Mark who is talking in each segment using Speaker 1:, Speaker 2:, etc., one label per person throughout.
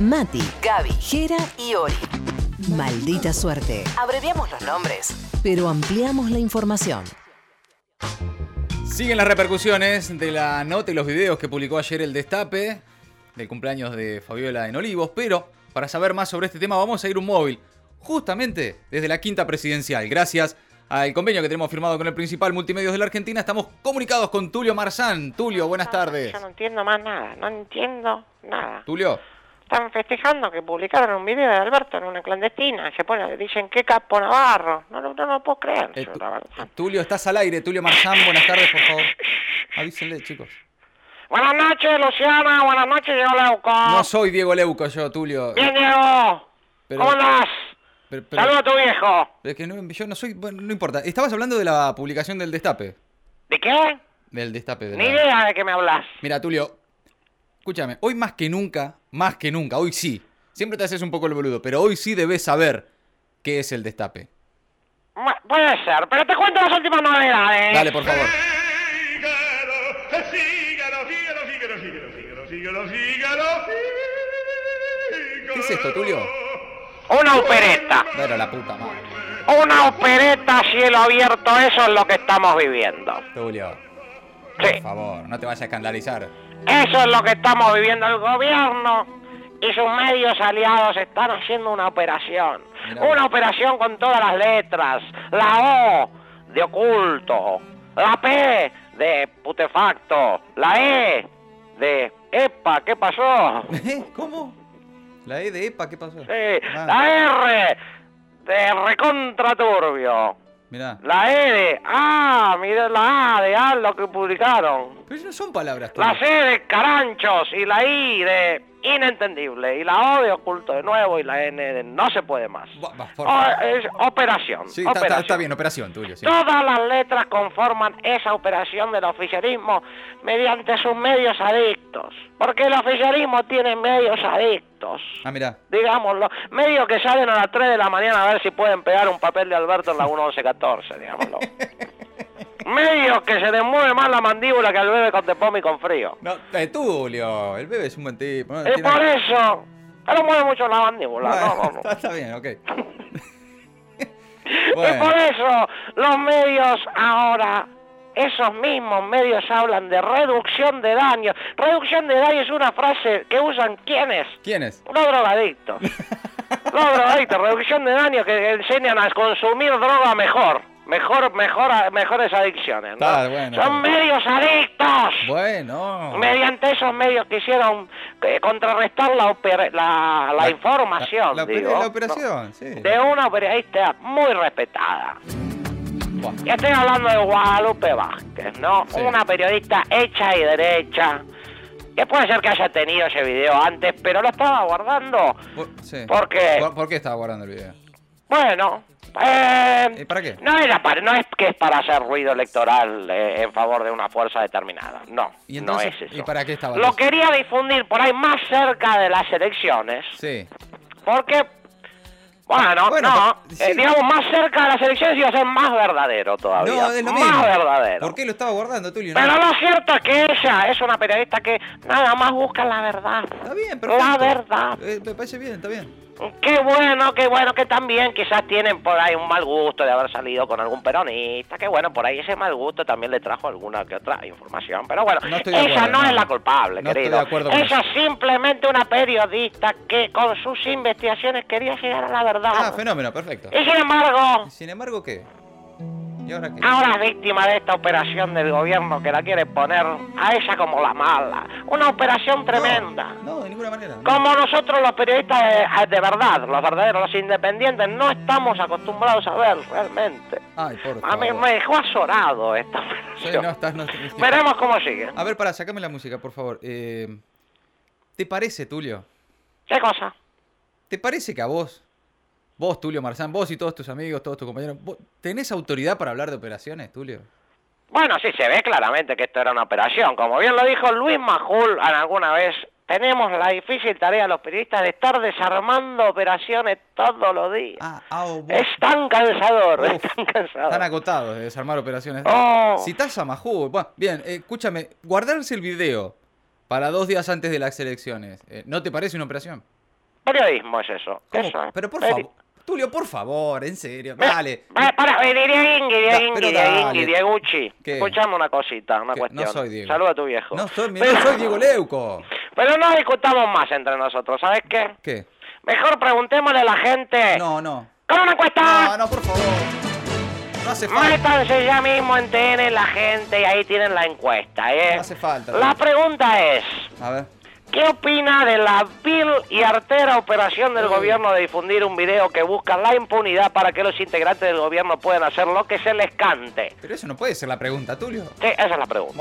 Speaker 1: Mati,
Speaker 2: Gaby,
Speaker 1: Jera
Speaker 2: y Ori.
Speaker 1: y Maldita Suerte.
Speaker 2: Abreviamos los nombres.
Speaker 1: Pero ampliamos la información.
Speaker 3: Siguen las repercusiones de la nota y los videos que publicó ayer el Destape del cumpleaños de Fabiola en Olivos, pero para saber más sobre este tema vamos a ir un móvil, justamente desde la quinta presidencial. Gracias al convenio que tenemos firmado con el principal multimedios de la Argentina, estamos comunicados con Tulio Marzán. Tulio, buenas tardes.
Speaker 4: Yo no entiendo más nada, no entiendo nada.
Speaker 3: Tulio,
Speaker 4: Están festejando que publicaron un video de Alberto en una clandestina. Se pone, dicen qué capo Navarro. No, lo- no, lo puedo creer.
Speaker 3: eh,
Speaker 4: yo,
Speaker 3: Tu-
Speaker 4: la verdad.
Speaker 3: Tulio, estás al aire. Tulio Marzán, buenas tardes, por favor. Avísenle, chicos.
Speaker 4: Buenas noches, Luciana. Buenas noches, Diego Leuco.
Speaker 3: No soy Diego Leuco yo, Tulio.
Speaker 4: Ah. Bien, Diego.
Speaker 3: Pero-
Speaker 4: ¿Cómo andás?
Speaker 3: Pero, pero-
Speaker 4: Saludos a tu viejo.
Speaker 3: pero es que no, yo no soy... Bueno, no importa. Estabas hablando de la publicación del Destape.
Speaker 4: ¿De qué?
Speaker 3: Del Destape. De
Speaker 4: Ni
Speaker 3: la-
Speaker 4: idea de qué me hablas.
Speaker 3: Mira, Tulio, escúchame, hoy más que nunca, más que nunca, hoy sí. Siempre te haces un poco el boludo, pero hoy sí debes saber qué es el destape.
Speaker 4: Bueno, puede ser, pero te cuento las últimas novedades.
Speaker 3: Dale, por favor.
Speaker 5: Fígaro, Fígaro, Fígaro, Fígaro, Fígaro, Fígaro, Fígaro, Fígaro.
Speaker 3: ¿Qué es esto, Tulio?
Speaker 4: Una opereta.
Speaker 3: Pero la puta madre.
Speaker 4: Una opereta a cielo abierto. Eso es lo que estamos viviendo.
Speaker 3: Tulio,
Speaker 4: Sí.
Speaker 3: por favor, no te vayas a escandalizar.
Speaker 4: Eso es lo que estamos viviendo. El gobierno y sus medios aliados están haciendo una operación.
Speaker 3: Mirá.
Speaker 4: Una operación con todas las letras. La O de oculto. La P de putefacto. La E de... Epa, ¿qué pasó?
Speaker 3: ¿Eh? ¿Cómo? La E de EPA, ¿qué pasó?
Speaker 4: Sí.
Speaker 3: Ah,
Speaker 4: La R de recontraturbio.
Speaker 3: mirá.
Speaker 4: La E de... Ah, mira la A de ah, lo que publicaron.
Speaker 3: Pero no son palabras, Tulio.
Speaker 4: La C de caranchos y la I de inentendible y la O de oculto de nuevo y la N de no se puede más.
Speaker 3: Va- va, por
Speaker 4: O-
Speaker 3: favor.
Speaker 4: es operación.
Speaker 3: Sí, está, está-
Speaker 4: Ah, eh, operación.
Speaker 3: está bien, operación, Tulio. sí.
Speaker 4: Todas las letras conforman esa operación del oficialismo mediante sus medios adictos. Porque el oficialismo tiene medios adictos.
Speaker 3: Ah, mirá.
Speaker 4: Digámoslo, medios que salen a las 3 de la mañana a ver si pueden pegar un papel de Alberto en la 1114, digámoslo. medios que se les mueve más la mandíbula que al bebé con tepom y con frío.
Speaker 3: No, eh, Tulio, el bebé es un buen tipo. no,
Speaker 4: Y
Speaker 3: tiene-
Speaker 4: por eso, pero mueve mucho la mandíbula,
Speaker 3: Bueno,
Speaker 4: no, no, no.
Speaker 3: Está, está bien, ok.
Speaker 4: Y por eso los medios ahora, esos mismos medios hablan de reducción de daño. Reducción de daño es una frase que usan quienes?
Speaker 3: ¿Quién es?
Speaker 4: Los drogadictos. Los drogadictos, reducción de daño que enseñan a consumir droga mejor. Mejor, mejor, mejores adicciones. ¿no?
Speaker 3: Está, Ah, bueno, está.
Speaker 4: Son medios adictos.
Speaker 3: Bueno.
Speaker 4: Mediante esos medios que hicieron eh, contrarrestar la, opera- la- la información,
Speaker 3: La, la-
Speaker 4: digo,
Speaker 3: la operación, sí.
Speaker 4: ¿no? de una periodista muy respetada.
Speaker 3: Buah.
Speaker 4: Y estoy hablando de Guadalupe Vázquez, ¿no?
Speaker 3: Sí.
Speaker 4: Una periodista hecha y derecha, que puede ser que haya tenido ese video antes, pero lo estaba guardando.
Speaker 3: Por, sí.
Speaker 4: ¿Por qué?
Speaker 3: ¿Por, por qué estaba guardando el video?
Speaker 4: Bueno, eh,
Speaker 3: ¿Y para qué?
Speaker 4: No, era para, no es que es para hacer ruido electoral eh, en favor de una fuerza determinada. No,
Speaker 3: ¿Y
Speaker 4: no
Speaker 3: entonces?
Speaker 4: es eso.
Speaker 3: ¿Y para qué estaba
Speaker 4: Lo
Speaker 3: entonces?
Speaker 4: quería difundir por ahí más cerca de las elecciones,
Speaker 3: Sí.
Speaker 4: porque, bueno,
Speaker 3: Bueno,
Speaker 4: no,
Speaker 3: pa- sí.
Speaker 4: eh, digamos más cerca de las elecciones iba a ser más verdadero todavía.
Speaker 3: no, es lo
Speaker 4: más
Speaker 3: mismo.
Speaker 4: verdadero.
Speaker 3: ¿Por qué lo estaba guardando, Tulio? No.
Speaker 4: Pero lo cierto es que ella es una periodista que nada más busca la verdad.
Speaker 3: Está bien, perfecto.
Speaker 4: La verdad.
Speaker 3: Eh, me parece bien, está bien.
Speaker 4: Qué bueno, qué bueno que también quizás tienen por ahí un mal gusto de haber salido con algún peronista. Qué bueno, por ahí ese mal gusto también le trajo alguna que otra información. Pero bueno,
Speaker 3: No estoy de
Speaker 4: ella
Speaker 3: acuerdo,
Speaker 4: no,
Speaker 3: no.
Speaker 4: es la culpable,
Speaker 3: No estoy
Speaker 4: querido.
Speaker 3: de acuerdo con
Speaker 4: ella es simplemente una periodista que con sus investigaciones quería llegar a la verdad.
Speaker 3: Ah, fenómeno, perfecto.
Speaker 4: y sin embargo,
Speaker 3: ¿Y sin embargo qué? ¿Y ahora qué?
Speaker 4: ahora es víctima de esta operación del gobierno que la quiere poner a ella como la mala. Una operación tremenda.
Speaker 3: No, no, de ninguna manera. no.
Speaker 4: Como nosotros los periodistas de, de verdad, los verdaderos, los independientes, no estamos acostumbrados a ver realmente.
Speaker 3: Ay, por
Speaker 4: A mí
Speaker 3: favor.
Speaker 4: me dejó azorado esta
Speaker 3: Sí,
Speaker 4: operación.
Speaker 3: no, estás- no-
Speaker 4: Veremos cómo sigue.
Speaker 3: A ver, para, sacame la música, por favor. Eh, ¿Te parece, Tulio?
Speaker 4: ¿Qué cosa?
Speaker 3: ¿Te parece que a vos, vos, Tulio Marzán, vos y todos tus amigos, todos tus compañeros, vos- ¿tenés autoridad para hablar de operaciones, Tulio?
Speaker 4: Bueno, sí, se ve claramente que esto era una operación. Como bien lo dijo Luis Majul en alguna vez, tenemos la difícil tarea los periodistas de estar desarmando operaciones todos los días.
Speaker 3: Ah, ah, o vos.
Speaker 4: es tan cansador,
Speaker 3: Uf,
Speaker 4: es tan cansador.
Speaker 3: Están agotados de desarmar operaciones.
Speaker 4: Oh.
Speaker 3: Citás a Majú. Buah, bien, eh, escúchame, guardarse el video para dos días antes de las elecciones, eh, ¿no te parece una operación?
Speaker 4: Periodismo es eso.
Speaker 3: ¿Cómo?
Speaker 4: eso es.
Speaker 3: Pero por
Speaker 4: Peri-
Speaker 3: favor. Tulio, por favor, en serio.
Speaker 4: Mira,
Speaker 3: Dale.
Speaker 4: Para, para, eh, Dieguingui, Dieguingui,
Speaker 3: pero dale.
Speaker 4: Dieguingui, Diegucci.
Speaker 3: ¿Qué?
Speaker 4: Escuchame una cosita, una
Speaker 3: Que-
Speaker 4: cuestión.
Speaker 3: No soy Diego.
Speaker 4: Saluda a tu viejo.
Speaker 3: No soy, mi-
Speaker 4: Pero-
Speaker 3: no soy Diego Leuco.
Speaker 4: Pero no discutamos más entre nosotros, ¿sabes qué?
Speaker 3: ¿Qué?
Speaker 4: Mejor preguntémosle a la gente.
Speaker 3: No, no.
Speaker 4: ¿Cómo una encuesta?
Speaker 3: No, no, por favor. No hace falta.
Speaker 4: Métanse ya mismo en TN la gente y ahí tienen la encuesta, ¿eh?
Speaker 3: No hace falta.
Speaker 4: La pregunta es,
Speaker 3: A ver.
Speaker 4: ¿qué opina de la vil y artera operación del
Speaker 3: Uy.
Speaker 4: gobierno de difundir un video que busca la impunidad para que los integrantes del gobierno puedan hacer lo que se les cante?
Speaker 3: Pero eso no puede ser la pregunta, Tulio. Ah.
Speaker 4: Sí, esa es la pregunta.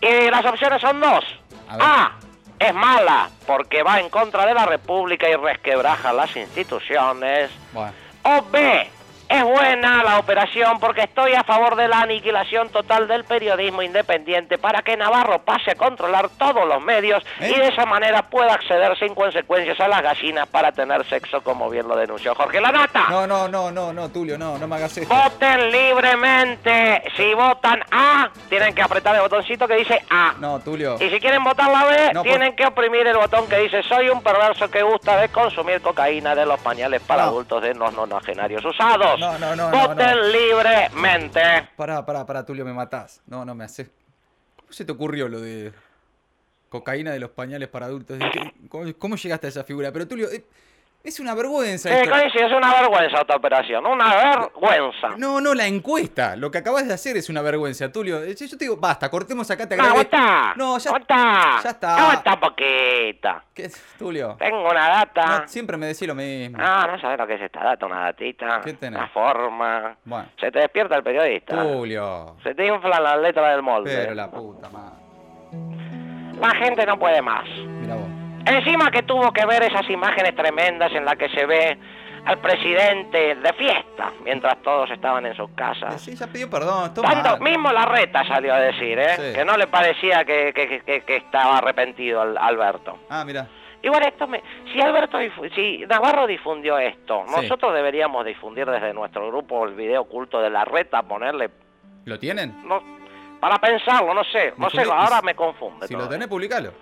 Speaker 3: Buah.
Speaker 4: Y las opciones son dos.
Speaker 3: A ver.
Speaker 4: A. Es mala porque va en contra de la República y resquebraja las instituciones.
Speaker 3: Bueno.
Speaker 4: O B. Es buena la operación porque estoy a favor de la aniquilación total del periodismo independiente para que Navarro pase a controlar todos los medios
Speaker 3: ¿Eh?
Speaker 4: y de esa manera pueda acceder sin consecuencias a las gallinas para tener sexo como bien lo denunció Jorge Lanata.
Speaker 3: No, no, no, no, no, Tulio, no, no me hagas esto.
Speaker 4: Voten libremente. Si votan A, tienen que apretar el botoncito que dice A.
Speaker 3: No, Tulio.
Speaker 4: Y si quieren votar la B,
Speaker 3: No, pues- por-
Speaker 4: tienen que oprimir el botón que dice soy un perverso que gusta de consumir cocaína de los pañales para
Speaker 3: No.
Speaker 4: adultos de los nonagenarios usados.
Speaker 3: No, no, no, no,
Speaker 4: Voten
Speaker 3: no.
Speaker 4: libremente.
Speaker 3: Pará, pará, pará, Tulio, me matás. No, no me haces. ¿Cómo se te ocurrió lo de cocaína de los pañales para adultos? ¿De qué- ¿Cómo, cómo llegaste a esa figura? Pero, Tulio, eh, es una vergüenza
Speaker 4: Eh,
Speaker 3: esto.
Speaker 4: Coincidencia, es una vergüenza esta operación, una vergüenza. No,
Speaker 3: No, no, la encuesta. Lo que acabas de hacer es una vergüenza, Tulio. Eh, Yo te digo, basta, cortemos acá, te agradezco.
Speaker 4: aguantá.
Speaker 3: No, ya,
Speaker 4: Aguantá.
Speaker 3: ya está.
Speaker 4: Aguantá poquita.
Speaker 3: ¿Qué? Tulio.
Speaker 4: Tengo una data.
Speaker 3: no, siempre me decís lo mismo.
Speaker 4: Ah, no sabes lo que es esta data, una datita.
Speaker 3: ¿Qué tenés?
Speaker 4: Una forma.
Speaker 3: Bueno.
Speaker 4: Se te despierta el periodista.
Speaker 3: Tulio.
Speaker 4: Se te infla la letra del molde.
Speaker 3: Pero la puta madre.
Speaker 4: La gente no puede más.
Speaker 3: Mira vos.
Speaker 4: Encima que tuvo que ver esas imágenes tremendas en las que se ve al presidente de fiesta mientras todos estaban en sus
Speaker 3: Eh,
Speaker 4: casas.
Speaker 3: Sí, ya pidió perdón, toma.
Speaker 4: Tanto mismo la reta salió a decir, ¿eh?
Speaker 3: Sí.
Speaker 4: que no le parecía que, que- que- que estaba arrepentido al Alberto.
Speaker 3: Ah, mira.
Speaker 4: Igual esto me... Si Alberto, difu- si Navarro difundió esto,
Speaker 3: Sí.
Speaker 4: nosotros deberíamos difundir desde nuestro grupo el video oculto de la reta, ponerle...
Speaker 3: ¿Lo tienen?
Speaker 4: No, para pensarlo, no sé, no sé,
Speaker 3: Difundí-
Speaker 4: ahora me confunde.
Speaker 3: Si lo
Speaker 4: todo.
Speaker 3: tenés, publicalo.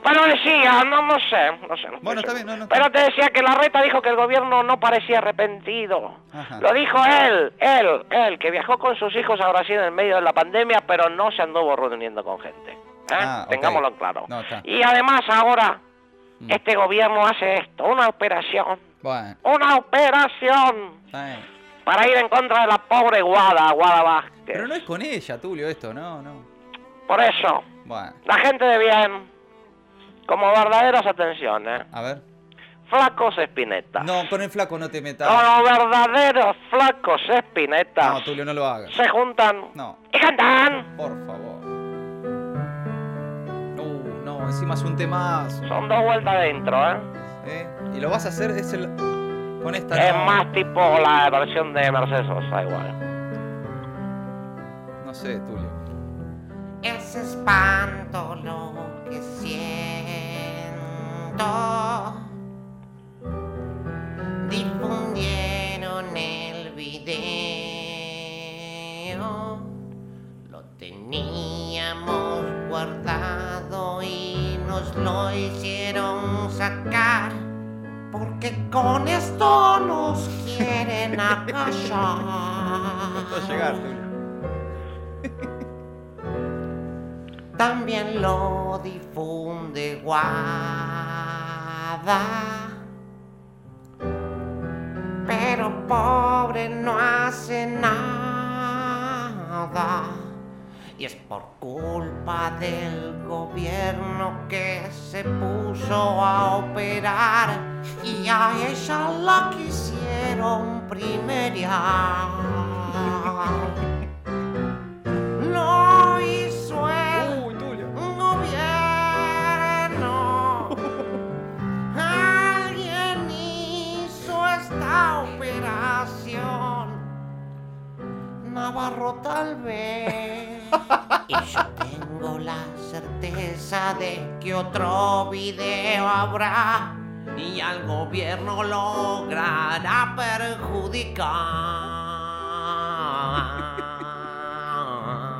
Speaker 4: Bueno, decía, no, no sé, no sé. no
Speaker 3: Bueno, está
Speaker 4: estoy seguro.
Speaker 3: bien, no, no, está
Speaker 4: Pero te decía que la reta dijo que el gobierno no parecía arrepentido.
Speaker 3: Ajá.
Speaker 4: Lo dijo él, él, él, que viajó con sus hijos a Brasil en el medio de la pandemia, pero no se anduvo reuniendo con gente. ¿eh?
Speaker 3: Ah, ok.
Speaker 4: Tengámoslo en claro.
Speaker 3: No, está.
Speaker 4: y además ahora,
Speaker 3: Mm.
Speaker 4: este gobierno hace esto, una operación,
Speaker 3: Bueno.
Speaker 4: una operación
Speaker 3: está bien.
Speaker 4: para ir en contra de la pobre Guada, Guada Vázquez.
Speaker 3: Pero no es con ella, Tulio, esto, no, no.
Speaker 4: Por eso,
Speaker 3: Bueno,
Speaker 4: la gente de bien, como verdaderas atenciones,
Speaker 3: a ver.
Speaker 4: flacos espinetas.
Speaker 3: No, con el flaco no te metas.
Speaker 4: Los verdaderos flacos espinetas
Speaker 3: No, Tulio, no lo hagas.
Speaker 4: se juntan
Speaker 3: No,
Speaker 4: y cantan.
Speaker 3: por favor. No, no, encima es un temazo.
Speaker 4: Son dos vueltas adentro, ¿eh?
Speaker 3: ¿eh? Y lo vas a hacer es el... con esta...
Speaker 4: Es
Speaker 3: no,
Speaker 4: más tipo la versión de Mercedes Sosa igual.
Speaker 3: No sé, Tulio.
Speaker 2: Es espanto lo que siento. Difundieron el video. Lo teníamos guardado y nos lo hicieron sacar. Porque con esto nos quieren
Speaker 3: No
Speaker 2: acallar.
Speaker 3: llegar, Tulio.
Speaker 2: también lo difunde Guada. Pero pobre no hace nada. Y es por culpa del gobierno que se puso a operar y a ella la quisieron primerear. Lo hizo él
Speaker 3: Uy, Tulio.
Speaker 2: un gobierno. Alguien hizo esta operación. Navarro tal vez. Y yo tengo la certeza de que otro video habrá. Y al gobierno logrará perjudicar.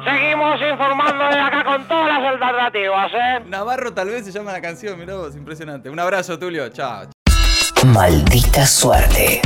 Speaker 4: Seguimos informando de acá con todas las alternativas, ¿eh?
Speaker 3: Navarro tal vez se llama la canción, mirá vos, impresionante. Un abrazo, Tulio. Chao.
Speaker 1: Maldita suerte.